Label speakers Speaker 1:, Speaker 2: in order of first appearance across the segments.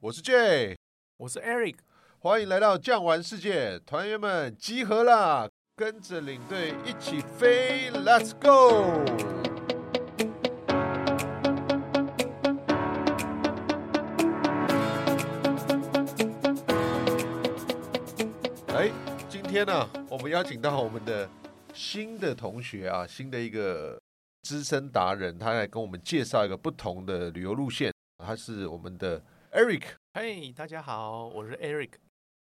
Speaker 1: 我是 J，
Speaker 2: 我是 Eric，
Speaker 1: 欢迎来到酱玩世界，团员们集合啦，跟着领队一起飞，Let's go！哎，今天呢、我们邀请到我们的新的同学啊，新的一个资深达人，他来跟我们介绍一个不同的旅游路线。他是我们的 Eric，
Speaker 2: 嘿、大家好，我是 Eric。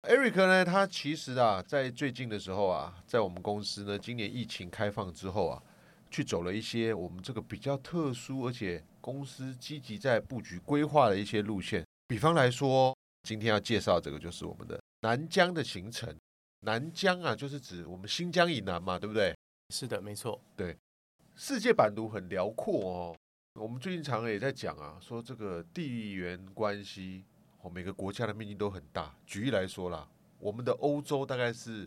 Speaker 1: Eric 呢，他其实啊，在最近的时候啊，在我们公司呢，今年疫情开放之后啊，去走了一些我们这个比较特殊，而且公司积极在布局规划的一些路线。比方来说，今天要介绍这个就是我们的南疆的行程。南疆啊，就是指我们新疆以南嘛，对不对？
Speaker 2: 是的，没错，
Speaker 1: 世界版图很辽阔哦。我们最近常也在讲啊，说这个地缘关系，哦，每个国家的面积都很大。举例来说啦，我们的欧洲大概是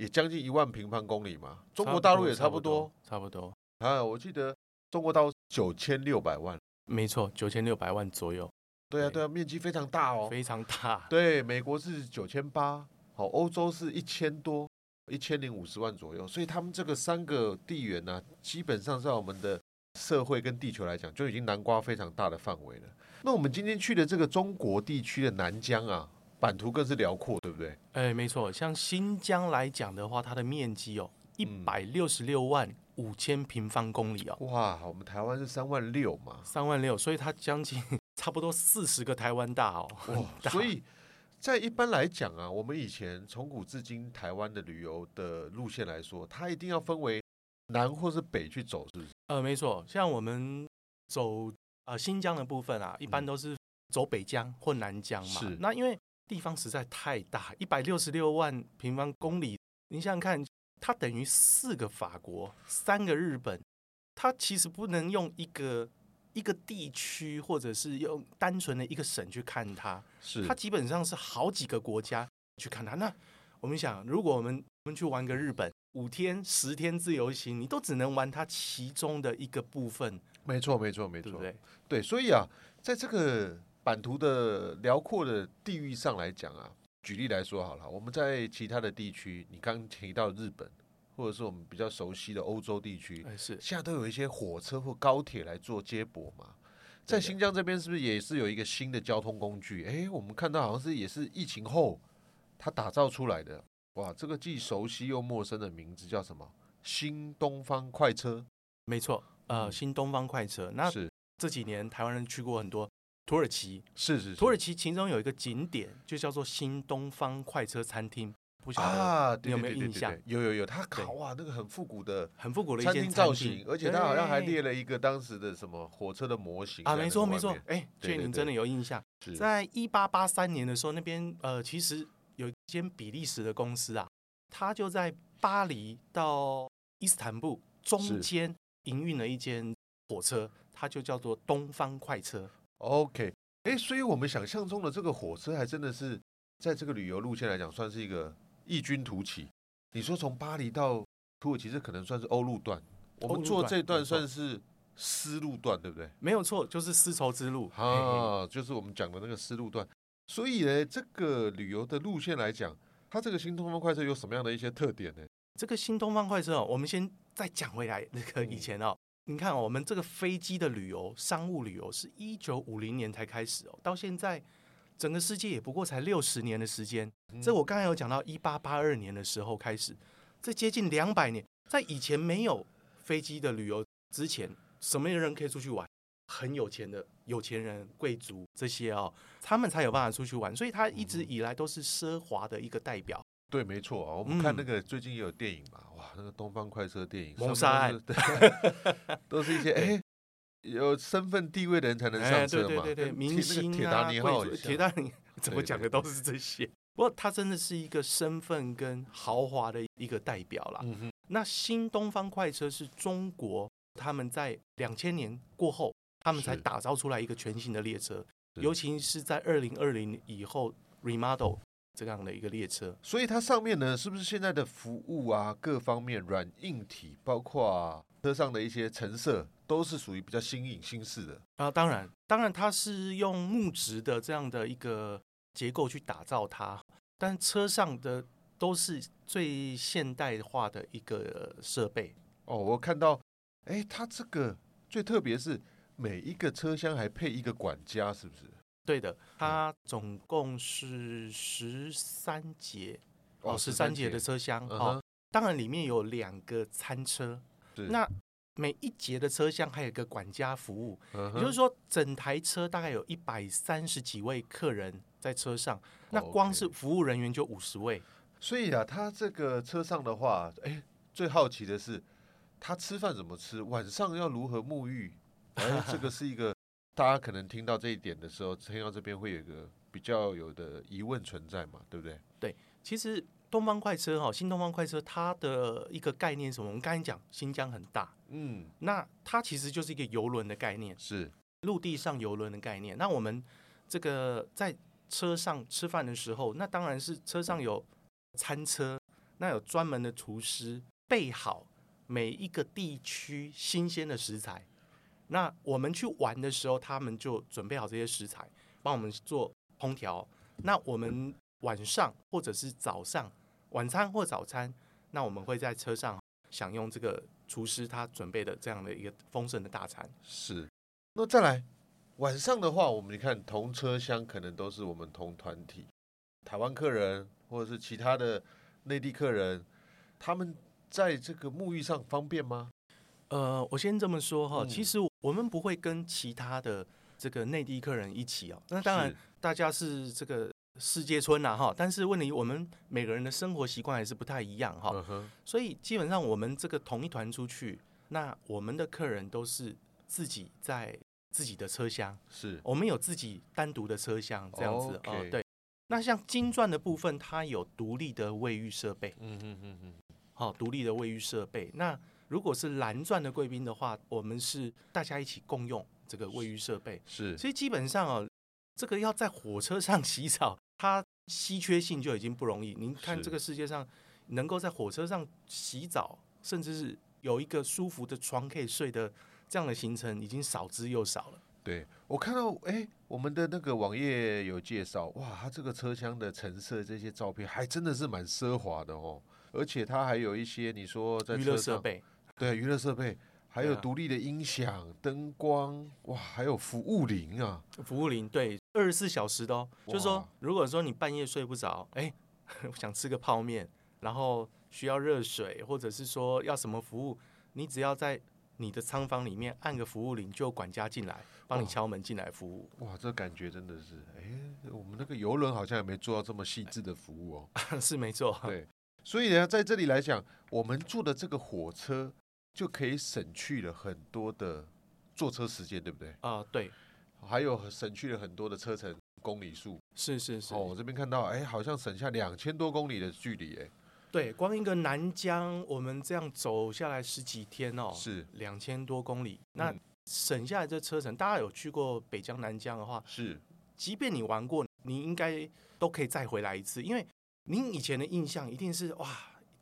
Speaker 1: 也将近一万平方公里嘛，中国大陆也差不多。，
Speaker 2: 差不多，
Speaker 1: 啊，我记得中国大陆九千六百万，
Speaker 2: 没错，九千六百万左右，
Speaker 1: 对啊，
Speaker 2: 对
Speaker 1: 对啊，面积非常大哦。
Speaker 2: 非常大。
Speaker 1: 对，美国是九千八，好，欧洲是一千多，一千零五十万左右，所以他们这个三个地缘呢、基本上在我们的社会跟地球来讲，就已经南瓜非常大的范围了。那我们今天去的这个中国地区的南疆啊，版图更是辽阔，对不对？
Speaker 2: 哎，没错，像新疆来讲的话，它的面积哦，
Speaker 1: 嗯
Speaker 2: 一百六十六万五千平方公里哦，
Speaker 1: 哇，我们台湾是三万六嘛，
Speaker 2: 三万六，所以它将近 差不多四十个台湾大哦。很
Speaker 1: 哇，
Speaker 2: 大
Speaker 1: 所以。在一般来讲啊，我们以前从古至今台湾的旅游的路线来说，它一定要分为南或是北去走，是不是？
Speaker 2: 呃，没错，像我们走呃新疆的部分啊，一般
Speaker 1: 嗯
Speaker 2: 都是走北疆或南疆嘛。
Speaker 1: 是
Speaker 2: 那因为地方实在太大，一百六十六万平方公里，你想想看，它等于四个法国，三个日本，它其实不能用一个一个地区或者是用单纯的一个省去看它，
Speaker 1: 是
Speaker 2: 它基本上是好几个国家去看它。那我们想，如果我们我们去玩个日本五天、十天自由行，你都只能玩它其中的一个部分，
Speaker 1: 没错，没错，没
Speaker 2: 对
Speaker 1: 错，
Speaker 2: 不对？
Speaker 1: 对，所以啊，在这个版图的辽阔的地域上来讲啊，举例来说好了，我们在其他的地区，你刚提到日本，或者是我们比较熟悉的欧洲地区，
Speaker 2: 哎，是
Speaker 1: 现在都有一些火车或高铁来做接驳嘛。在
Speaker 2: 对的
Speaker 1: 新疆这边是不是也是有一个新的交通工具？诶，我们看到好像是也是疫情后它打造出来的。哇，这个既熟悉又陌生的名字叫什么？新东方快车
Speaker 2: 没错。呃，
Speaker 1: 嗯
Speaker 2: 新东方快车。那
Speaker 1: 是
Speaker 2: 这几年台湾人去过很多土耳其，
Speaker 1: 是是是
Speaker 2: 土耳其其中有一个景点就叫做新东方快车餐厅，不晓得、
Speaker 1: 啊，
Speaker 2: 你
Speaker 1: 对
Speaker 2: 有
Speaker 1: 对
Speaker 2: 没有
Speaker 1: 对对
Speaker 2: 印
Speaker 1: 对
Speaker 2: 象
Speaker 1: 对有有有，它
Speaker 2: 对
Speaker 1: 烤哇，那个很复古的
Speaker 2: 很复古的一
Speaker 1: 餐
Speaker 2: 间
Speaker 1: 厅造型，而且它好像还
Speaker 2: 对
Speaker 1: 列了一个当时的什么火车的模型
Speaker 2: 啊，
Speaker 1: 在
Speaker 2: 没
Speaker 1: 那
Speaker 2: 错
Speaker 1: 个
Speaker 2: 没
Speaker 1: 外
Speaker 2: 错
Speaker 1: 面，
Speaker 2: 哎，
Speaker 1: 对
Speaker 2: 所以
Speaker 1: 对
Speaker 2: 您
Speaker 1: 对
Speaker 2: 真的有印象。
Speaker 1: 是
Speaker 2: 在一八八三年的时候，那边呃，其实有一间比利时的公司啊，它就在巴黎到伊斯坦布中
Speaker 1: 是
Speaker 2: 间营运了一间火车，它就叫做东方快车。
Speaker 1: OK，哎，所以我们想象中的这个火车，还真的是在这个旅游路线来讲，算是一个异军突起。你说从巴黎到土耳其，这可能算是欧陆段，我
Speaker 2: 欧
Speaker 1: 们
Speaker 2: 陆
Speaker 1: 做
Speaker 2: 段
Speaker 1: 这
Speaker 2: 没
Speaker 1: 段
Speaker 2: 错
Speaker 1: 算是丝路段，对不对？
Speaker 2: 没有错，就是丝绸之路。嘿嘿
Speaker 1: 啊，就是我们讲的那个丝路段。所以呢，这个旅游的路线来讲，它这个新东方快车有什么样的一些特点呢？
Speaker 2: 这个新东方快车哦，我们先再讲回来那个以前哦，你看、哦、我们这个飞机的旅游、商务旅游是一九五零年才开始哦，到现在整个世界也不过才六十年的时间。这我刚才有讲到，一八八二年的时候开始，这接近两百年，在以前没有飞机的旅游之前，什么样的人可以出去玩？很有钱的有钱人、贵族这些哦，他们才有办法出去玩，所以他一直以来都是奢华的一个代表。
Speaker 1: 对，没错啊，我们看那
Speaker 2: 嗯
Speaker 1: 个最近也有电影嘛，哇，那个东方快车电影，
Speaker 2: 谋
Speaker 1: 上面都是， 对都是一些哎。有身份地位的人才能
Speaker 2: 哎，
Speaker 1: 上
Speaker 2: 对
Speaker 1: 车
Speaker 2: 对
Speaker 1: 嘛？
Speaker 2: 对对，
Speaker 1: 跟
Speaker 2: 明
Speaker 1: 铁那
Speaker 2: 星
Speaker 1: 个铁
Speaker 2: 啊，
Speaker 1: 达尼号
Speaker 2: 贵
Speaker 1: 也
Speaker 2: 族
Speaker 1: 像，
Speaker 2: 铁达 尼怎么
Speaker 1: 对
Speaker 2: 讲的
Speaker 1: 对
Speaker 2: 都是这些。不过它真的是一个身份跟豪华的一个代表啦。
Speaker 1: 嗯哼，
Speaker 2: 那新东方快车是中国他们在两千年过后，他们才
Speaker 1: 是
Speaker 2: 打造出来一个全新的列车，
Speaker 1: 是
Speaker 2: 尤其是在二零二零以后 remodel 这样的一个列车。
Speaker 1: 所以它上面呢，是不是现在的服务啊，各方面软硬体，包括、车上的一些成色，都是属于比较新颖新式的。
Speaker 2: 啊，当然，当然，它是用木质的这样的一个结构去打造它，但车上的都是最现代化的一个设备。
Speaker 1: 哦，我看到，哎，它这个最特别是每一个车厢还配一个管家，是不是？
Speaker 2: 对的，它总共是十三节哦，十三节的车厢
Speaker 1: 嗯
Speaker 2: 哦
Speaker 1: 哼，
Speaker 2: 当然里面有两个餐车，
Speaker 1: 是
Speaker 2: 那每一节的车厢还有一个管家服务，
Speaker 1: 嗯
Speaker 2: 也就是
Speaker 1: 哼
Speaker 2: 说，整台车大概有一百三十几位客人在车上，那光是
Speaker 1: OK
Speaker 2: 服务人员就五十位。
Speaker 1: 所以啊，它这个车上的话，哎，最好奇的是，它吃饭怎么吃，晚上要如何沐浴？反正这个是一 个大家可能听到这一点的时候，听到这边会有一个比较有的疑问存在嘛，对不对？
Speaker 2: 其实东方快车哈，新东方快车它的一个概念是什么？我们刚才讲新疆很大，
Speaker 1: 嗯，
Speaker 2: 那它其实就是一个游轮的概念，
Speaker 1: 是
Speaker 2: 陆地上游轮的概念。那我们这个在车上吃饭的时候，那当然是车上有餐车，那有专门的厨师备好每一个地区新鲜的食材。那我们去玩的时候，他们就准备好这些食材，帮我们做烹调。那我们晚上或者是早上晚餐或早餐，那我们会在车上享用这个厨师他准备的这样的一个丰盛的大餐。
Speaker 1: 是。那再来，晚上的话，我们你看同车厢可能都是我们同团体，台湾客人或者是其他的内地客人，他们在这个沐浴上方便吗？
Speaker 2: 呃，我先这么说哈，
Speaker 1: 嗯
Speaker 2: 其实我们不会跟其他的这个内地客人一起哦。那当然
Speaker 1: 是，，
Speaker 2: 大家是这个世界村啦、哈，但是问题我们每个人的生活习惯还是不太一样哈，
Speaker 1: 嗯哼，
Speaker 2: 所以基本上我们这个同一团出去，那我们的客人都是自己在自己的车厢，
Speaker 1: 是
Speaker 2: 我们有自己单独的车厢这样子哦
Speaker 1: OK
Speaker 2: 对。那像金钻的部分，它有独立的卫浴设备，
Speaker 1: 嗯嗯嗯嗯，
Speaker 2: 好、独立的卫浴设备。那如果是蓝钻的贵宾的话，我们是大家一起共用这个卫浴设备，
Speaker 1: 是
Speaker 2: 所以基本上哦，这个要在火车上 洗澡，它稀缺性就已经不容易。您看
Speaker 1: 是
Speaker 2: 这个世界上能够在火车上洗澡，甚至是有一个舒服的床可以睡的这样的行程，已经少之又少了。
Speaker 1: 对我看到，哎，我们的那个网页有介绍，哇，它这个车厢的成色这些照片还真的是蛮奢华的哦，而且它还有一些你说在
Speaker 2: 娱
Speaker 1: 车
Speaker 2: 乐设
Speaker 1: 上，
Speaker 2: 备，
Speaker 1: 对，娱乐设备，还有
Speaker 2: 对啊
Speaker 1: 独立的音响、灯光，哇，还有服务铃啊，
Speaker 2: 服务铃，对，二十四小时的哦。
Speaker 1: 哇
Speaker 2: 就是说，如果说你半夜睡不着，哎， 我想吃个泡面，然后需要热水，或者是说要什么服务，你只要在你的仓房里面按个服务铃，就有管家进来帮你
Speaker 1: 哇
Speaker 2: 敲门进来服务。
Speaker 1: 哇，这感觉真的是，哎，我们那个游轮好像也没做到这么细致的服务哦。
Speaker 2: 是没错，
Speaker 1: 对，所以呢，在这里来讲，我们坐的这个火车就可以省去了很多的坐车时间，对不对？
Speaker 2: 啊、对，
Speaker 1: 还有省去了很多的车程公里数。
Speaker 2: 是是是，
Speaker 1: 哦，我这边看到，哎，好像省下两千多公里的距离，哎，
Speaker 2: 对，光一个南疆，我们这样走下来十几天哦，
Speaker 1: 是
Speaker 2: 两千多公里，那
Speaker 1: 嗯
Speaker 2: 省下来这车程，大家有去过北疆、南疆的话，
Speaker 1: 是
Speaker 2: 即便你玩过，你应该都可以再回来一次，因为您以前的印象一定是哇，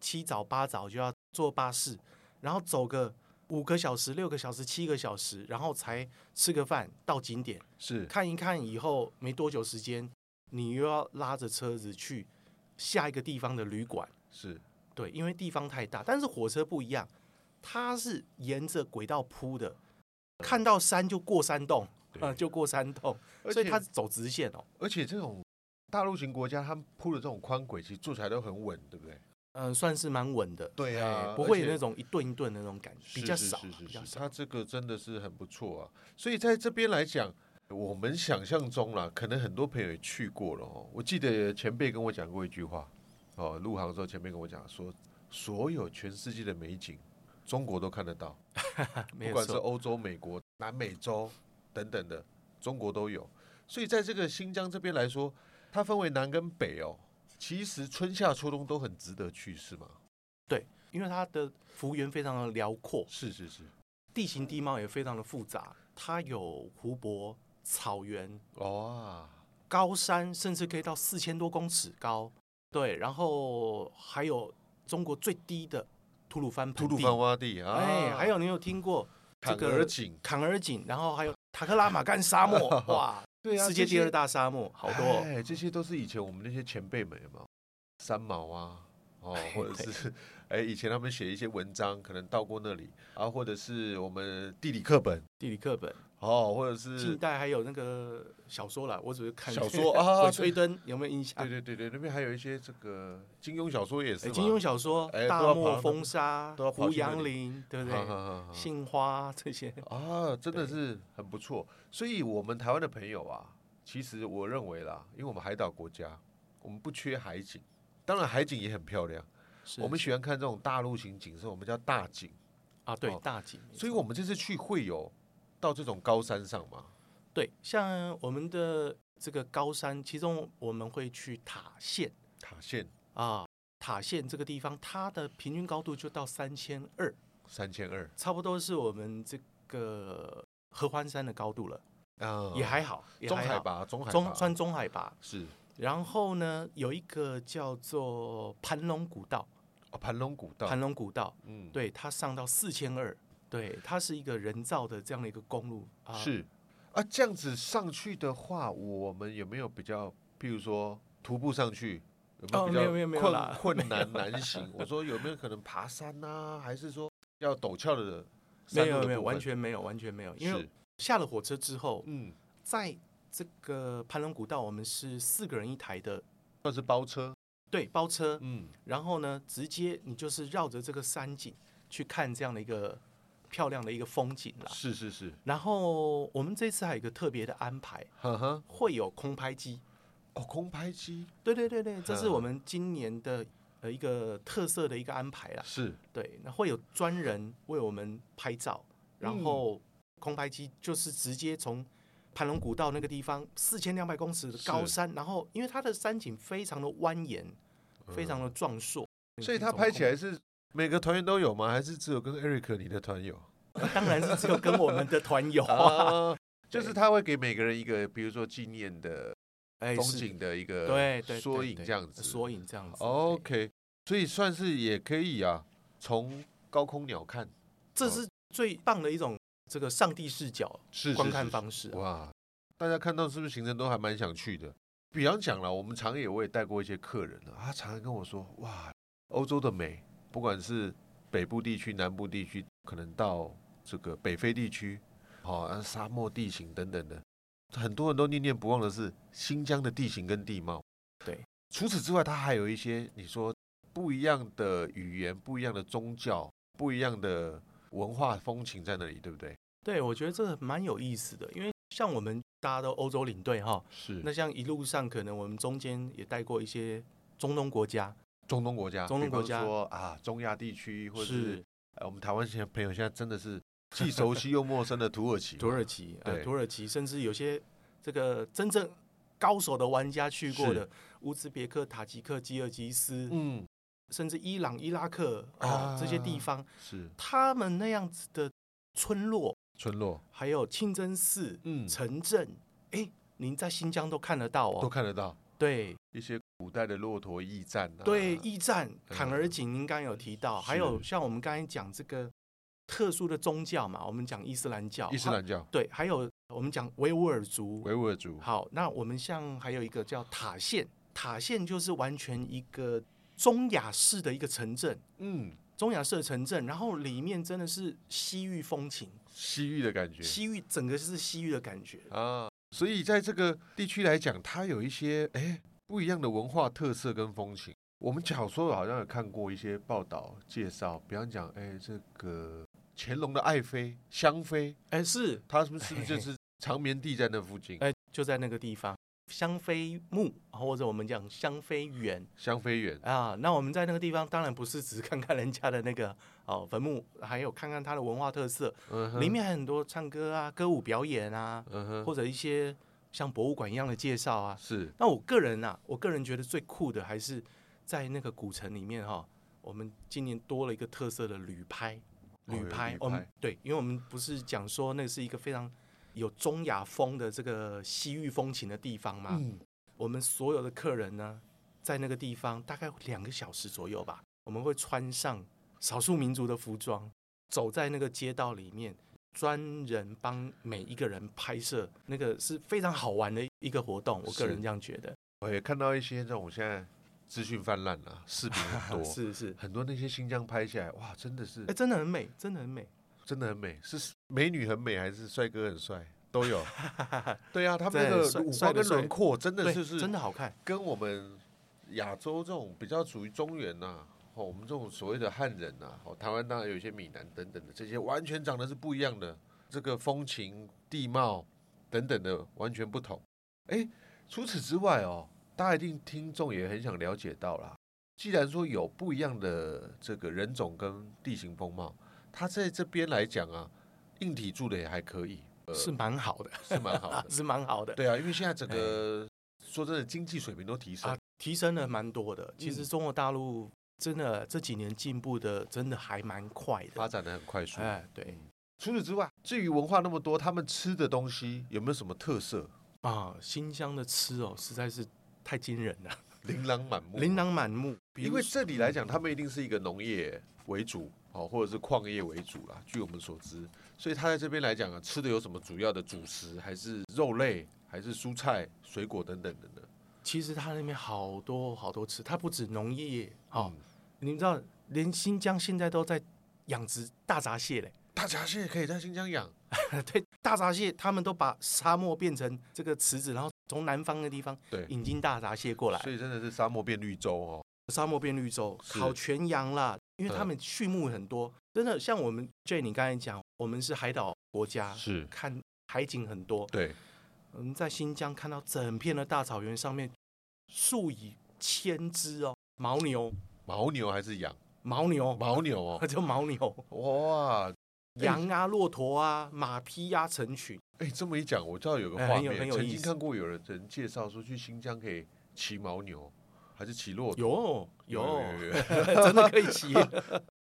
Speaker 2: 七早八早就要坐巴士，然后走个五个小时、六个小时、七个小时，然后才吃个饭到景点
Speaker 1: 是
Speaker 2: 看一看，以后没多久时间，你又要拉着车子去下一个地方的旅馆，
Speaker 1: 是，
Speaker 2: 对，因为地方太大，但是火车不一样，它是沿着轨道铺的，看到山就过山洞，啊、
Speaker 1: 对
Speaker 2: 就过山洞，
Speaker 1: 而
Speaker 2: 所以
Speaker 1: 且
Speaker 2: 它是走直线哦。
Speaker 1: 而且这种大陆型国家，他们铺的这种宽轨，其实坐起来都很稳，对不对？
Speaker 2: 嗯，算是蛮稳的，
Speaker 1: 对啊
Speaker 2: 哎不会有那种一顿一顿的那种感觉，
Speaker 1: 是
Speaker 2: 比较
Speaker 1: 是
Speaker 2: 少啊，
Speaker 1: 是是
Speaker 2: 比较
Speaker 1: 是，
Speaker 2: 少。
Speaker 1: 它这个真的是很不错啊。所以在这边来讲，我们想象中啦，可能很多朋友也去过了哦。我记得前辈跟我讲过一句话，哦，入行之后前辈跟我讲说，所有全世界的美景，中国都看得到，
Speaker 2: 没
Speaker 1: 不
Speaker 2: 有
Speaker 1: 管是
Speaker 2: 错，
Speaker 1: 欧洲、美国、南美洲等等的，中国都有。所以在这个新疆这边来说，它分为南跟北哦。其实春夏秋冬都很值得去，是吗？
Speaker 2: 因为它的幅员非常的辽阔，
Speaker 1: 是是是，
Speaker 2: 地形地貌也非常的复杂，它有湖泊、草原、
Speaker 1: 哦啊，
Speaker 2: 高山，甚至可以到四千多公尺高。对，然后还有中国最低的吐鲁番
Speaker 1: 吐
Speaker 2: 盆
Speaker 1: 鲁
Speaker 2: 地哎
Speaker 1: 番，洼地啊，
Speaker 2: 哎，还有你有听过
Speaker 1: 坎
Speaker 2: 这个
Speaker 1: 儿井，
Speaker 2: 坎儿井，然后还有塔克拉玛干沙 漠，哇，
Speaker 1: 对啊，
Speaker 2: 世界
Speaker 1: 这
Speaker 2: 第二
Speaker 1: 些
Speaker 2: 大沙漠，好多哦、
Speaker 1: 哎，这些都是以前我们那些前辈们有没有？三毛啊，哦， 或者是哎，以前他们写一些文章，可能到过那里啊，或者是我们地理课本
Speaker 2: 地理课本，
Speaker 1: 哦，或者
Speaker 2: 近
Speaker 1: 是
Speaker 2: 代还有那个小说啦，我只是看
Speaker 1: 小说啊
Speaker 2: 鬼吹灯有没有印象？
Speaker 1: 对对对对，那边还有一些这个金庸小说也是
Speaker 2: 哎
Speaker 1: 嘛，
Speaker 2: 金庸小说
Speaker 1: 哎都要
Speaker 2: 《大
Speaker 1: 跑到
Speaker 2: 漠
Speaker 1: 那
Speaker 2: 风沙
Speaker 1: 都要》、跑
Speaker 2: 胡
Speaker 1: 去那
Speaker 2: 杨
Speaker 1: 里
Speaker 2: 林，对不
Speaker 1: 哈
Speaker 2: 对？
Speaker 1: 哈哈哈
Speaker 2: 杏花这些，
Speaker 1: 啊，真的
Speaker 2: 对
Speaker 1: 是很不错。所以，我们台湾的朋友啊，其实我认为啦，因为我们海岛国家，我们不缺海景，当然海景也很漂亮。
Speaker 2: 是
Speaker 1: 我们喜欢看这种大陆型景色，我们叫大景。
Speaker 2: 啊，对
Speaker 1: 哦
Speaker 2: 大景，
Speaker 1: 所以我们这次去会有到这种高山上嘛？
Speaker 2: 对，像我们的这个高山，其中我们会去塔县
Speaker 1: 塔县
Speaker 2: 啊，塔县这个地方，它的平均高度就到三千二，
Speaker 1: 三千二
Speaker 2: 差不多是我们这个合欢山的高度了，
Speaker 1: 啊，
Speaker 2: 也还好，也
Speaker 1: 中
Speaker 2: 还
Speaker 1: 海
Speaker 2: 好
Speaker 1: 拔，中海拔
Speaker 2: 中算中海拔。
Speaker 1: 是
Speaker 2: 然后呢，有一个叫做盘龙古道，
Speaker 1: 哦，盘龙古道，
Speaker 2: 盘龙古道，
Speaker 1: 嗯，
Speaker 2: 对，它上到四千二，对，它是一个人造的这样的一个公路啊，
Speaker 1: 是啊，这样子上去的话，我们有没有比较，譬如说徒步上去，有没有
Speaker 2: 哦
Speaker 1: 比
Speaker 2: 没
Speaker 1: 较
Speaker 2: 有没有没有
Speaker 1: 困
Speaker 2: 啦
Speaker 1: 困难难 行？我说有没有可能爬山呐、还是说要陡峭的山
Speaker 2: 没
Speaker 1: 路
Speaker 2: 有
Speaker 1: 的
Speaker 2: 没有
Speaker 1: 部
Speaker 2: 完
Speaker 1: 分
Speaker 2: 全没有完全没有，因为
Speaker 1: 是
Speaker 2: 下了火车之后，
Speaker 1: 嗯，
Speaker 2: 在这个盘龙古道，我们是四个人一台的，
Speaker 1: 算是包车，
Speaker 2: 对，包车，
Speaker 1: 嗯，
Speaker 2: 然后呢，直接你就是绕着这个山景去看这样的一个漂亮的一个风景啦。嗯
Speaker 1: 是是是，
Speaker 2: 然后我们这次还有一个特别的安排，
Speaker 1: 呵呵，
Speaker 2: 会有空拍机。
Speaker 1: 哦，空拍机
Speaker 2: 对对对对，这是我们今年的呃一个特色的一个安排啦。
Speaker 1: 是
Speaker 2: 对，那会有专人为我们拍照，然后空拍机就是直接从盘龙古道那个地方四千两百公尺的高
Speaker 1: 是
Speaker 2: 山，然后因为它的山景非常的蜿蜒，非常的壮硕，
Speaker 1: 所以
Speaker 2: 你
Speaker 1: 他
Speaker 2: 从
Speaker 1: 拍起
Speaker 2: 空
Speaker 1: 来是每个团员都有吗？还是只有跟 Eric 你的团友？
Speaker 2: 呃当然是只有跟我们的团友啊，
Speaker 1: 啊，就是
Speaker 2: 对
Speaker 1: 他会给每个人一个，比如说纪念的
Speaker 2: 哎
Speaker 1: 风
Speaker 2: 是
Speaker 1: 景的一个
Speaker 2: 对对
Speaker 1: 缩
Speaker 2: 对
Speaker 1: 影
Speaker 2: 对
Speaker 1: 这样子。哦
Speaker 2: 缩影这样子。对，
Speaker 1: OK，所以算是也可以啊，从高空鸟看，
Speaker 2: 这是最棒的一种这个上帝视角
Speaker 1: 是
Speaker 2: 观看方式啊。
Speaker 1: 哇，大家看到是不是行程都还蛮想去的？比方讲了，我们长野我也带过一些客人啊，他常常跟我说，哇，欧洲的美，不管是北部地区、南部地区，可能到这个北非地区，好、啊沙漠地形等等的，很多人都念念不忘的是新疆的地形跟地貌。
Speaker 2: 对，
Speaker 1: 除此之外，它还有一些你说不一样的语言、不一样的宗教、不一样的文化风情在那里，对不对？
Speaker 2: 对，我觉得这个蛮有意思的，因为像我们大家都欧洲领队哈，
Speaker 1: 是
Speaker 2: 那像一路上，可能我们中间也带过一些中东国家，
Speaker 1: 中东国家，
Speaker 2: 中东国家
Speaker 1: 比方说啊，中亚地区或者是呃我们台湾现在朋友现在真的是既熟悉又陌生的土耳其嘛，
Speaker 2: 土耳其，呃
Speaker 1: 对
Speaker 2: 土耳其，甚至有些这个真正高手的玩家去过的乌兹别克、塔吉克、吉尔吉斯，
Speaker 1: 嗯
Speaker 2: 甚至伊朗、伊拉克啊、
Speaker 1: 啊
Speaker 2: 这些地方，
Speaker 1: 是
Speaker 2: 他们那样子的村落，
Speaker 1: 村落，
Speaker 2: 还有清真寺、
Speaker 1: 嗯，
Speaker 2: 城镇，哎，您在新疆都看得到
Speaker 1: 都
Speaker 2: 哦。
Speaker 1: 看得到
Speaker 2: 对
Speaker 1: 一些古代的骆驼驿站啊，
Speaker 2: 对，驿站、坎儿
Speaker 1: 嗯
Speaker 2: 井，您刚刚有提到，还有像我们刚才讲这个特殊的宗教嘛，我们讲伊斯兰教，啊
Speaker 1: 伊斯兰教、
Speaker 2: 对，还有我们讲维吾尔族。
Speaker 1: 维吾尔族，
Speaker 2: 好，那我们像还有一个叫塔县，塔县就是完全一个中亚式的一个城镇，
Speaker 1: 嗯，
Speaker 2: 中亚式的城镇，然后里面真的是西域风情，
Speaker 1: 西域的感觉
Speaker 2: 西域整个是西域的感觉。
Speaker 1: 啊，所以在这个地区来讲，它有一些哎不一样的文化特色跟风情。我们小时候好像有看过一些报道介绍，比方讲，哎，这个乾隆的爱妃香妃，
Speaker 2: 哎，是，
Speaker 1: 他是不是就
Speaker 2: 嘿
Speaker 1: 是长眠地在那附近？
Speaker 2: 哎，就在那个地方，香妃墓，或者我们讲香妃园，
Speaker 1: 香妃园
Speaker 2: 啊，那我们在那个地方当然不是只看看人家的那个哦坟墓，还有看看它的文化特色，
Speaker 1: 嗯哼
Speaker 2: 里面还有很多唱歌啊、歌舞表演啊，
Speaker 1: 嗯哼，
Speaker 2: 或者一些像博物馆一样的介绍啊。
Speaker 1: 是
Speaker 2: 那我个人啊，我个人觉得最酷的还是在那个古城里面哈、我们今年多了一个特色的旅拍，
Speaker 1: 哦有
Speaker 2: 旅拍，
Speaker 1: 旅
Speaker 2: 我们
Speaker 1: 拍
Speaker 2: 对，因为我们不是讲说那是一个非常有中亚风的这个西域风情的地方吗？
Speaker 1: 嗯，
Speaker 2: 我们所有的客人呢，在那个地方大概两个小时左右吧，我们会穿上少数民族的服装，走在那个街道里面，专人帮每一个人拍摄，那个是非常好玩的一个活动。我个人
Speaker 1: 是
Speaker 2: 这样觉得，
Speaker 1: 我也看到一些这种现在资讯泛滥啊，视频很 多，
Speaker 2: 是是，
Speaker 1: 很多那些新疆拍下来，哇，真的是
Speaker 2: 哎、真的很美，真的很美。
Speaker 1: 真的很美，是美女很美还是帅哥很帅都 有。对啊，他们
Speaker 2: 对
Speaker 1: 那个
Speaker 2: 帅
Speaker 1: 五
Speaker 2: 帅
Speaker 1: 官
Speaker 2: 的
Speaker 1: 跟
Speaker 2: 帅
Speaker 1: 轮廓真的
Speaker 2: 对，
Speaker 1: 就是
Speaker 2: 真的好看，
Speaker 1: 跟我们亚洲这种比较属于中原呐、哦，我们这种所谓的汉人呐、哦，台湾当然有一些闽南等等的，这些完全长得是不一样的，这个风情、地貌等等的完全不同。哎，除此之外哦，大家一定听众也很想了解到啦。既然说有不一样的这个人种跟地形风貌，它在这边来讲啊，硬体住的也还可以，呃，
Speaker 2: 是蛮好的，
Speaker 1: 是蛮好的。
Speaker 2: 是蛮好的。
Speaker 1: 对啊，因为现在整个、说真的，经济水平都提升
Speaker 2: 啊，提升了蛮多的。其
Speaker 1: 嗯
Speaker 2: 实中国大陆真的这几年进步的真的还蛮快
Speaker 1: 发
Speaker 2: 的。
Speaker 1: 展的很快速。嗯
Speaker 2: 哎，对
Speaker 1: 除此之外，至于文化那么多，他们吃的东西有没有什么特色？
Speaker 2: 啊，新疆的吃哦实在是太惊人了，
Speaker 1: 琳琅满目。啊
Speaker 2: 琳，琅满目。比
Speaker 1: 因
Speaker 2: 如
Speaker 1: 为
Speaker 2: 说
Speaker 1: 这里来讲，他们一定是一个农业为主，哦，或者是矿业为主啦。据我们所知，所以他在这边来讲啊，吃的有什么主要的主食，还是肉类，还是蔬菜、水果等等的呢？
Speaker 2: 其实它那边好多好多吃，它不止农业哦，
Speaker 1: 嗯，
Speaker 2: 你们知道，连新疆现在都在养殖大闸蟹嘞。
Speaker 1: 大闸蟹可以在新疆养，
Speaker 2: 对，大闸蟹他们都把沙漠变成这个池子，然后从南方的地方
Speaker 1: 对
Speaker 2: 引进大闸蟹过来。
Speaker 1: 所以真的是沙漠变绿洲哦。
Speaker 2: 沙漠变绿洲，
Speaker 1: 是
Speaker 2: 烤全羊啦，因
Speaker 1: 嗯
Speaker 2: 为他们畜牧很多，真的像我们 J，你刚才讲，我们是海岛国家，
Speaker 1: 是，
Speaker 2: 看海景很多。
Speaker 1: 对，
Speaker 2: 我们在新疆看到整片的大草原上面，数以千只哦，牦牛，
Speaker 1: 牦牛还是羊？
Speaker 2: 牦牛，，
Speaker 1: 牦牛哦
Speaker 2: 就牦牛，
Speaker 1: 哇，
Speaker 2: 羊啊、骆驼啊、马匹啊成群，
Speaker 1: 哎、这么一讲，我知道有个
Speaker 2: 哎
Speaker 1: 画
Speaker 2: 很有
Speaker 1: 面，
Speaker 2: 很有
Speaker 1: 曾
Speaker 2: 意
Speaker 1: 经
Speaker 2: 思
Speaker 1: 看过有人人介绍说去新疆可以骑牦牛，还是骑骆驼？
Speaker 2: 有有，
Speaker 1: 有有有
Speaker 2: 真的可以 骑，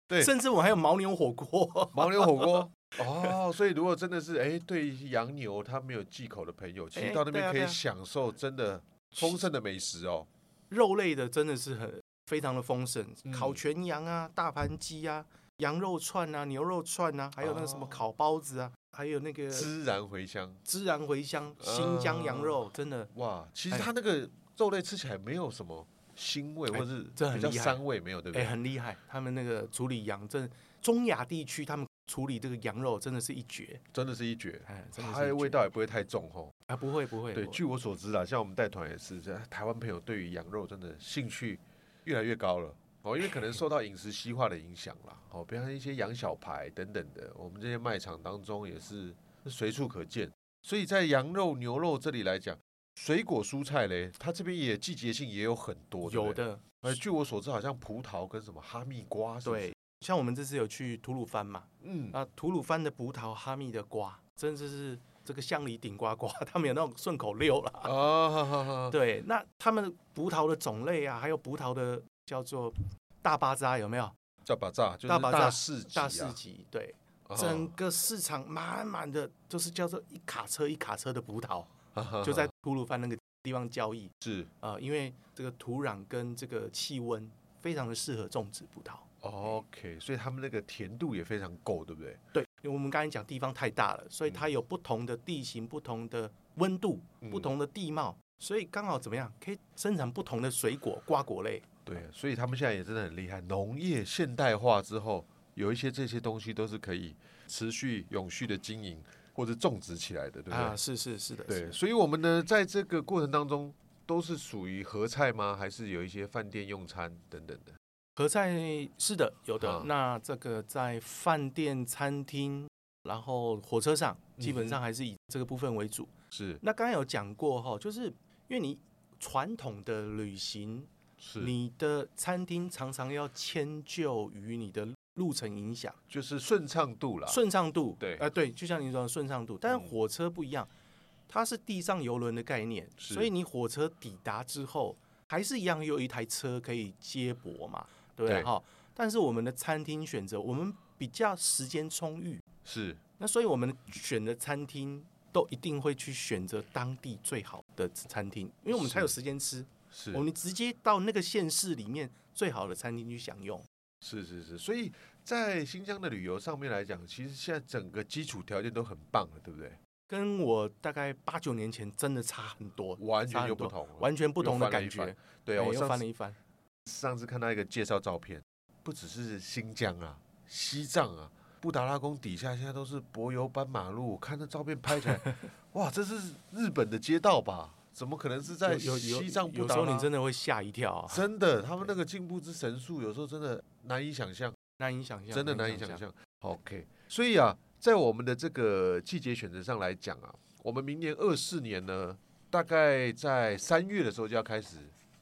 Speaker 1: 对
Speaker 2: 甚至我还有牦牛火锅，
Speaker 1: 牦牛火锅哦，所以如果真的是哎、对羊牛他没有忌口的朋友，其
Speaker 2: 哎
Speaker 1: 实到那
Speaker 2: 对
Speaker 1: 边
Speaker 2: 啊
Speaker 1: 可以
Speaker 2: 对啊
Speaker 1: 享受真的丰盛的美食哦。
Speaker 2: 肉类的真的是很非常的丰盛
Speaker 1: 嗯，
Speaker 2: 烤全羊啊、大盘鸡啊、羊肉串啊、牛肉串啊，还有那个什么
Speaker 1: 哦
Speaker 2: 烤包子啊，还有那个
Speaker 1: 孜然茴香，
Speaker 2: 孜然茴香、新疆羊肉，真的
Speaker 1: 哇，其实
Speaker 2: 哎
Speaker 1: 它那个肉类吃起来没有什么腥味，或者是
Speaker 2: 这
Speaker 1: 比
Speaker 2: 很
Speaker 1: 较
Speaker 2: 厉害
Speaker 1: 膻味，没有对不
Speaker 2: 哎
Speaker 1: 对？
Speaker 2: 很厉害。他们那个处理羊，真的中亚地区他们处理这个羊肉真的是一绝，
Speaker 1: 真的是一绝，
Speaker 2: 哎，真的
Speaker 1: 它
Speaker 2: 是一
Speaker 1: 的
Speaker 2: 绝
Speaker 1: 味道也不会太重哦。
Speaker 2: 啊，不会不会，
Speaker 1: 对，
Speaker 2: 不会
Speaker 1: 据我所知啦，像我们带团也是，这台湾朋友对于羊肉真的兴趣越来越高了哦，因为可能受到饮食西化的影响啦，哦，比方一些羊小排等等的，我们这些卖场当中也是随处可见。所以在羊肉、牛肉这里来讲，水果蔬菜嘞，它这边也季节性也有很多，对不
Speaker 2: 有
Speaker 1: 对。
Speaker 2: 的
Speaker 1: 呃，据我所知，好像葡萄跟什么哈密瓜是不是，
Speaker 2: 对。像我们这次有去吐鲁番嘛，
Speaker 1: 嗯，
Speaker 2: 啊，吐鲁番的葡萄、哈密的瓜，真的是这个乡里顶呱呱， 他们有那种顺口溜啦。
Speaker 1: 啊，哈哈哈，
Speaker 2: 对，那他们葡萄的种类啊，还有葡萄的叫做大巴扎，有没有？
Speaker 1: 大把炸就是
Speaker 2: 大把炸
Speaker 1: 大市集啊、
Speaker 2: 大市集，对，
Speaker 1: 啊，
Speaker 2: 整个市场满满的，就是叫做一卡车一卡车的葡萄，
Speaker 1: 嗯
Speaker 2: 就在吐鲁番那个地方交易
Speaker 1: 啊是
Speaker 2: 啊、呃因为这个土壤跟这个气温非常的适合种植葡萄。
Speaker 1: OK，所以他们那个甜度也非常够，对不对？
Speaker 2: 对，因为我们刚才讲地方太大了，所以它有不同的地形、不同的温度、不
Speaker 1: 嗯
Speaker 2: 同的地貌，所以刚好怎么样，可以生产不同的水果、瓜果类。
Speaker 1: 对，啊所以他们现在也真的很厉害。农业现代化之后，有一些这些东西都是可以持续永续的经营或者种植起来的，对不对？
Speaker 2: 啊，是是是的，是
Speaker 1: 对，
Speaker 2: 的
Speaker 1: 所以我们呢，在这个过程当中，都是属于合菜吗？还是有一些饭店用餐等等的？
Speaker 2: 合菜是的，有的。
Speaker 1: 啊
Speaker 2: 那这个在饭店、餐厅，然后火车上，基
Speaker 1: 嗯
Speaker 2: 本上还是以这个部分为主。
Speaker 1: 是
Speaker 2: 那刚刚有讲过哈，就是因为你传统的旅行，
Speaker 1: 是，
Speaker 2: 你的餐厅常常要迁就于你的路程影响
Speaker 1: 就是顺畅度啦。
Speaker 2: 顺畅度。
Speaker 1: 对
Speaker 2: 呃，对，就像你说的顺畅度，但是
Speaker 1: 嗯
Speaker 2: 火车不一样，它是地上游轮的概念，
Speaker 1: 是
Speaker 2: 所以你火车抵达之后，还是一样有一台车可以接驳嘛，对不
Speaker 1: 对
Speaker 2: 对？哈，但是我们的餐厅选择，我们比较时间充裕，
Speaker 1: 是
Speaker 2: 那所以我们选的餐厅都一定会去选择当地最好的餐厅，因为我们才有
Speaker 1: 是
Speaker 2: 时间吃，
Speaker 1: 是
Speaker 2: 哦我们直接到那个县市里面最好的餐厅去享用。
Speaker 1: 是是是，所以在新疆的旅游上面来讲，其实现在整个基础条件都很棒了，对不对？
Speaker 2: 跟我大概八九年前真的差很多，
Speaker 1: 完
Speaker 2: 差
Speaker 1: 全
Speaker 2: 很
Speaker 1: 就不
Speaker 2: 多
Speaker 1: 同了。
Speaker 2: 完全不同的感
Speaker 1: 又翻
Speaker 2: 觉
Speaker 1: 了。对啊，
Speaker 2: 哎
Speaker 1: 我
Speaker 2: 又
Speaker 1: 上
Speaker 2: 翻
Speaker 1: 次
Speaker 2: 了一翻，
Speaker 1: 上次看到一个介绍照片，不只是新疆啊、西藏啊、布达拉宫底下现在都是柏油斑马路，看那照片拍起来， 哇，这是日本的街道吧？怎么可能是在
Speaker 2: 有有有
Speaker 1: 西藏布
Speaker 2: 有
Speaker 1: 达
Speaker 2: 时
Speaker 1: 拉？
Speaker 2: 候你真的会吓一跳、啊，
Speaker 1: 真的，他们那个进步之神速，有时候真的难以想象，
Speaker 2: 难以想象，
Speaker 1: 真的难以
Speaker 2: 以
Speaker 1: 想。象。OK，所以啊，在我们的这个季节选择上来讲啊，我们明年二四年呢，大概在三月的时候就要开始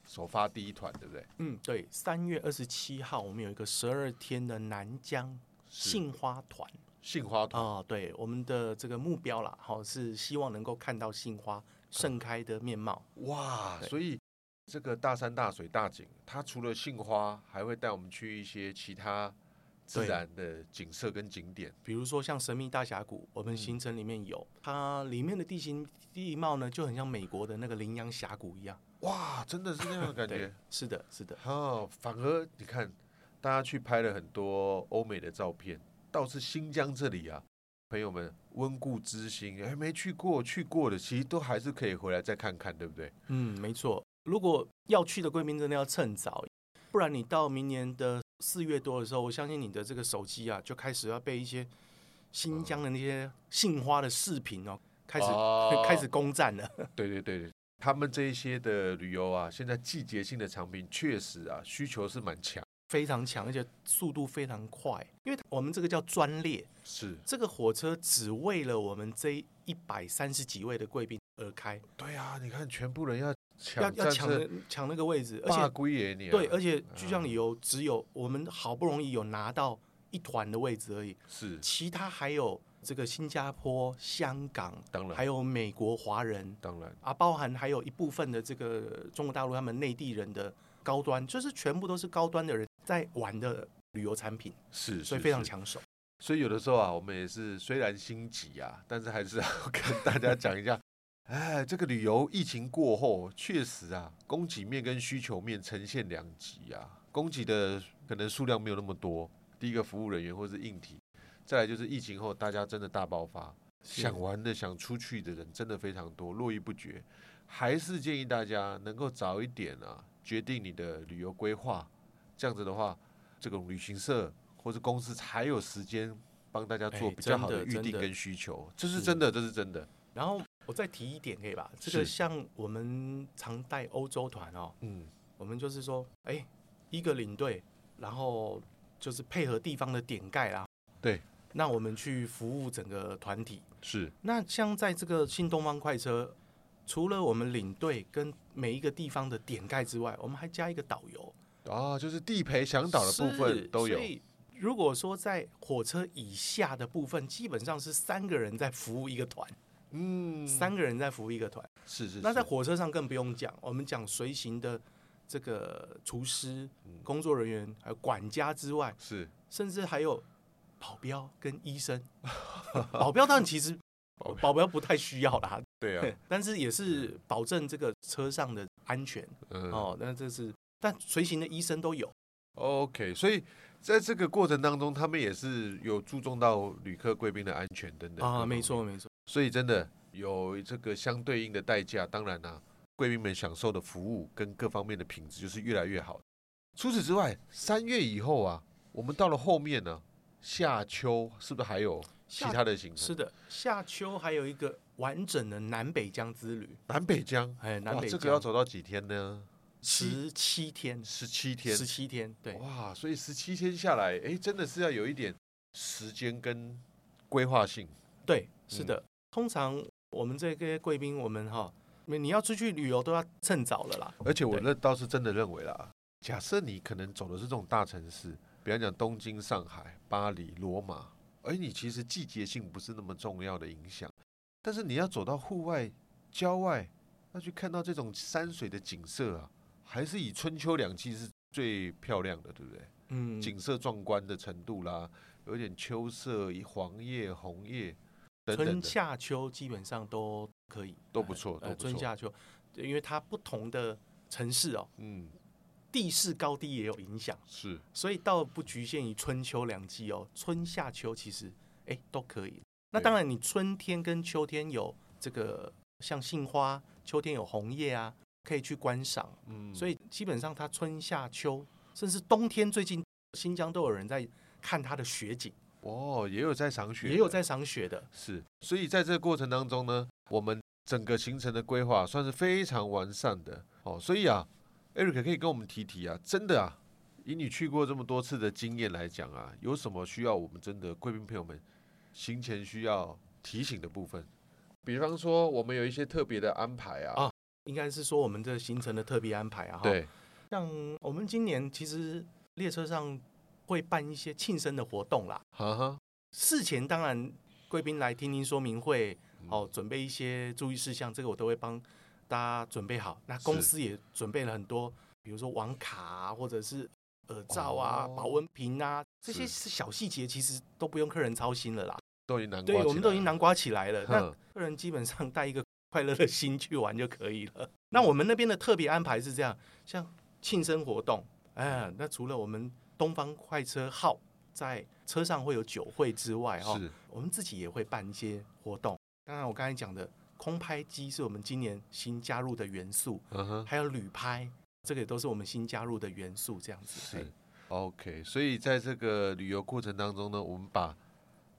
Speaker 1: 首发第一团，对不对？
Speaker 2: 嗯，对，三月二十七号我们有一个十二天的南疆
Speaker 1: 是
Speaker 2: 杏花团
Speaker 1: 杏花团，
Speaker 2: 哦，对，我们的这个目标啦，好、是希望能够看到杏花
Speaker 1: 嗯
Speaker 2: 盛开的面貌。
Speaker 1: 哇，
Speaker 2: 对
Speaker 1: 所以这个大山大水大景，它除了杏花，还会带我们去一些其他自
Speaker 2: 对
Speaker 1: 然的景色跟景点。
Speaker 2: 比如说像神秘大峡谷，我们行程里面有，
Speaker 1: 嗯
Speaker 2: 它里面的地形地貌呢就很像美国的那个羚羊峡谷一样。
Speaker 1: 哇，真的是那样的感
Speaker 2: 对
Speaker 1: 觉。，
Speaker 2: 是的，是的，
Speaker 1: 哦，反而你看，大家去拍了很多欧美的照片，倒是新疆这里啊，朋友们温故知新，哎，没去过、去过的，其实都还是可以回来再看看，对不对？
Speaker 2: 嗯，没错。如果要去的贵宾真的要趁早，不然你到明年的四月多的时候，我相信你的这个手机啊，就开始要被一些新疆的那些杏花的视频哦，开始、
Speaker 1: 嗯哦
Speaker 2: 开始攻占了。
Speaker 1: 对对对对，他们这一些的旅游啊，现在季节性的产品确实啊，需求是蛮强，
Speaker 2: 非常强，而且速度非常快，因为我们这个叫专列，
Speaker 1: 是
Speaker 2: 这个火车只为了我们这一百三十几位的贵宾而开，
Speaker 1: 对啊，你看全部人要
Speaker 2: 要
Speaker 1: 抢
Speaker 2: 要
Speaker 1: 占
Speaker 2: 抢
Speaker 1: 这
Speaker 2: 那抢那个位置，而且
Speaker 1: 霸归爷你、啊，
Speaker 2: 对，而且
Speaker 1: 啊
Speaker 2: 巨匠旅游只有我们好不容易有拿到一团的位置而已，
Speaker 1: 是
Speaker 2: 其他还有这个新加坡、香港，
Speaker 1: 当然
Speaker 2: 还有美国华人
Speaker 1: 当然
Speaker 2: 啊，包含还有一部分的这个中国大陆他们内地人的高端，就是全部都是高端的人在玩的旅游产品，
Speaker 1: 是，
Speaker 2: 所
Speaker 1: 是
Speaker 2: 以非常
Speaker 1: 是
Speaker 2: 抢手。
Speaker 1: 所以有的时候啊，我们也是虽然心急啊，但是还是要 跟大家讲一下，哎，这个旅游疫情过后，确实啊，供给面跟需求面呈现两极啊，供给的可能数量没有那么多，第一个服务人员或是硬体，再来就是疫情后大家真的大爆发，想玩的、想出去的人真的非常多，络绎不绝。还是建议大家能够早一点啊，决定你的旅游规划。这样子的话，这种旅行社或是公司才有时间帮大家做
Speaker 2: 哎
Speaker 1: 比较好
Speaker 2: 真
Speaker 1: 的
Speaker 2: 的
Speaker 1: 预
Speaker 2: 真
Speaker 1: 定
Speaker 2: 的
Speaker 1: 跟需求。这是
Speaker 2: 是
Speaker 1: 真的，这是真的。
Speaker 2: 然后我再提一点可以吧？这个
Speaker 1: 是
Speaker 2: 像我们常带欧洲团哦，
Speaker 1: 嗯，
Speaker 2: 我们就是说，哎、一个领队，然后就是配合地方的点盖啦。
Speaker 1: 对，
Speaker 2: 那我们去服务整个团体。
Speaker 1: 是
Speaker 2: 那像在这个新东方快车，除了我们领队跟每一个地方的点盖之外，我们还加一个导游，
Speaker 1: 啊、就是地陪向导的部
Speaker 2: 是
Speaker 1: 分都有
Speaker 2: 所。以如果说在火车以下的部分，基本上是三个人在服务一个团，
Speaker 1: 嗯，
Speaker 2: 三个人在服务一个团。
Speaker 1: 是是。
Speaker 2: 那在
Speaker 1: 是
Speaker 2: 火车上更不用讲，我们讲随行的这个厨师、
Speaker 1: 嗯
Speaker 2: 工作人员、还有管家之外，
Speaker 1: 是
Speaker 2: 甚至还有保镖跟 医生。保镖当然其实
Speaker 1: 保镖
Speaker 2: 保镖不太需要啦，
Speaker 1: 对啊，
Speaker 2: 但是也是保证这个车上的安全
Speaker 1: 嗯、
Speaker 2: 哦。那这是，但随行的医生都有，
Speaker 1: OK，所以在这个过程当中，他们也是有注重到旅客贵宾的安全等等各
Speaker 2: 啊，
Speaker 1: 方
Speaker 2: 没
Speaker 1: 面
Speaker 2: 错没错，
Speaker 1: 所以真的有这个相对应的代价。当然啦、啊贵宾们享受的服务跟各方面的品质就是越来越好。除此之外，三月以后啊，我们到了后面呢、夏秋是不是还有其
Speaker 2: 夏
Speaker 1: 他的行程？
Speaker 2: 是的。夏秋还有一个完整的南北疆之旅，
Speaker 1: 南北疆，
Speaker 2: 哎，南
Speaker 1: 哇，
Speaker 2: 北
Speaker 1: 这个要
Speaker 2: 疆
Speaker 1: 走到几天呢？
Speaker 2: 十七天，
Speaker 1: 十七天
Speaker 2: 十，七天，对，
Speaker 1: 哇，所以十七天下来，哎，真的是要有一点时间跟规划性。
Speaker 2: 对，
Speaker 1: 嗯
Speaker 2: 是的。通常我们这些贵宾，我们哈，你要出去旅游都要趁早了啦。
Speaker 1: 而且我
Speaker 2: 对
Speaker 1: 认倒是真的认为啦，假设你可能走的是这种大城市，比方讲东京、上海、巴黎、罗马，而你其实季节性不是那么重要的影响，但是你要走到户外、郊外，要去看到这种山水的景色啊，还是以春秋两季是最漂亮的，对不对？
Speaker 2: 嗯，
Speaker 1: 景色壮观的程度啦，有一点秋色、黄叶、红叶等等
Speaker 2: 春
Speaker 1: 的，
Speaker 2: 夏秋基本上都可以，
Speaker 1: 都不错都
Speaker 2: 呃
Speaker 1: 不错
Speaker 2: 春夏秋，对因为它不同的城市哦，
Speaker 1: 嗯，
Speaker 2: 地势高低也有影响，
Speaker 1: 是
Speaker 2: 所以倒不局限于春秋两季哦，春夏秋其实哎都可以。那当然，你春天跟秋天有这个像杏花，秋天有红叶啊，可以去观赏。
Speaker 1: 嗯，
Speaker 2: 所以基本上它春夏秋，甚至冬天，最近新疆都有人在看它的雪景，
Speaker 1: 哦，也有在赏雪，
Speaker 2: 也有在赏雪的。
Speaker 1: 是，所以在这个过程当中呢，我们整个行程的规划算是非常完善的哦。所以啊，Eric 可以跟我们提提啊，真的啊，以你去过这么多次的经验来讲啊，有什么需要我们真的贵宾朋友们行前需要提醒的部分？比方说，我们有一些特别的安排啊，
Speaker 2: 啊应该是说我们这行程的特别安排啊，哈，
Speaker 1: 对，
Speaker 2: 像我们今年其实列车上会办一些庆生的活动啦。
Speaker 1: 哈哈，
Speaker 2: 事前当然贵宾来听听说明会，
Speaker 1: 嗯
Speaker 2: 哦，准备一些注意事项，这个我都会帮大家准备好。那公
Speaker 1: 是
Speaker 2: 司也准备了很多，比如说网卡啊，或者是耳罩啊、
Speaker 1: 哦
Speaker 2: 保温瓶啊，这些
Speaker 1: 是
Speaker 2: 是小细节，其实都不用客人操心了啦。
Speaker 1: 都已经难
Speaker 2: 对
Speaker 1: 挂，
Speaker 2: 我们都已经南瓜起来了，那
Speaker 1: 哼
Speaker 2: 客人基本上带一个 快乐的心去玩就可以了。那
Speaker 1: 嗯
Speaker 2: 我们那边的特别安排是这样，像庆生活动，哎，那除了我们东方快车号在车上会有酒会之外，哈，
Speaker 1: 是
Speaker 2: 我们自己也会办一些活动。当然，我刚才讲的空拍机是我们今年新加入的元素，
Speaker 1: 嗯哼。
Speaker 2: 还有旅拍，这个也都是我们新加入的元素，这样子。哎
Speaker 1: 是，OK。所以在这个旅游过程当中呢，我们把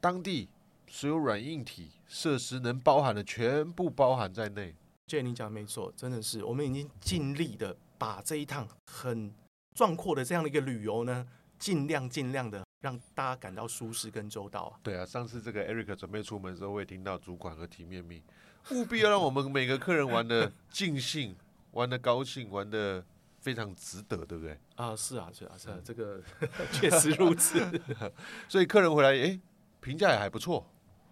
Speaker 1: 当地所有软硬体设施能包含的全部包含在内。
Speaker 2: J，你讲得没错，真的是我们已经尽力的把这一趟很壮阔的这样的一个旅游呢，尽量尽量的让大家感到舒适跟周到啊。
Speaker 1: 对啊，上次这个 Eric 准备出门的时候，我也听到主管和体面命，务必要让我们每个客人玩的尽兴，玩的高兴，玩的非常值得，对不对？
Speaker 2: 啊、是啊，是啊，是啊，这 个确实如此。
Speaker 1: 所以客人回来，诶，评价也还不错。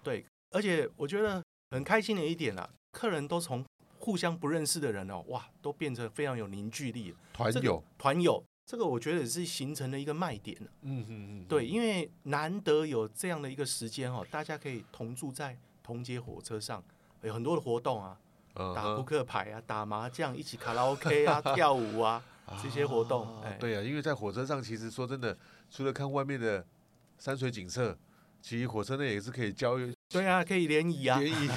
Speaker 2: 对， 而且我觉得很开心的一点啦，客人都从互相不认识的人哦，哇，都变成非常有凝聚力了，
Speaker 1: 团
Speaker 2: 这个
Speaker 1: 友，
Speaker 2: 团友。这个我觉得也是形成了一个卖点啊
Speaker 1: 嗯嗯嗯，
Speaker 2: 对，因为难得有这样的一个时间哦，大家可以同住在同节火车上，有很多的活动啊，
Speaker 1: 嗯
Speaker 2: 打
Speaker 1: 哼
Speaker 2: 扑克牌啊，打麻将，一起卡拉 OK 啊，跳舞啊， 这些活动
Speaker 1: 啊
Speaker 2: 哎
Speaker 1: 对呀、因为在火车上，其实说真的，除了看外面的山水景色，其实火车内也是可以交友
Speaker 2: 对啊，可以联谊啊，
Speaker 1: 联 谊、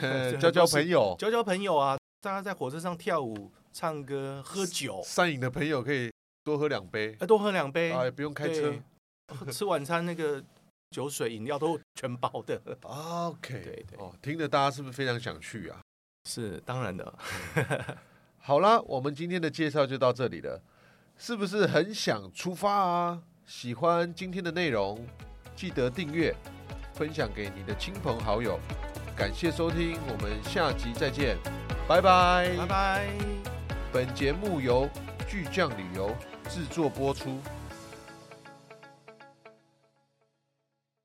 Speaker 1: 呃
Speaker 2: 这
Speaker 1: 交交
Speaker 2: 都是
Speaker 1: 朋友、
Speaker 2: 交交朋友啊，大家在火车上跳舞、唱歌、喝酒，
Speaker 1: 上瘾的朋友可以多喝两杯，
Speaker 2: 哎，多喝两杯，
Speaker 1: 啊，也不用开车
Speaker 2: 对。吃晚餐那个酒水、饮料都全包的，
Speaker 1: 啊 OK，
Speaker 2: 对对
Speaker 1: 哦，听着大家是不是非常想去啊？
Speaker 2: 是当然的，
Speaker 1: 好啦，我们今天的介绍就到这里了，是不是很想出发啊？喜欢今天的内容，记得订阅，分享给你的亲朋好友。感谢收听，我们下集再见，拜拜。
Speaker 2: 拜拜。
Speaker 1: 本节目由巨匠旅游制作播出。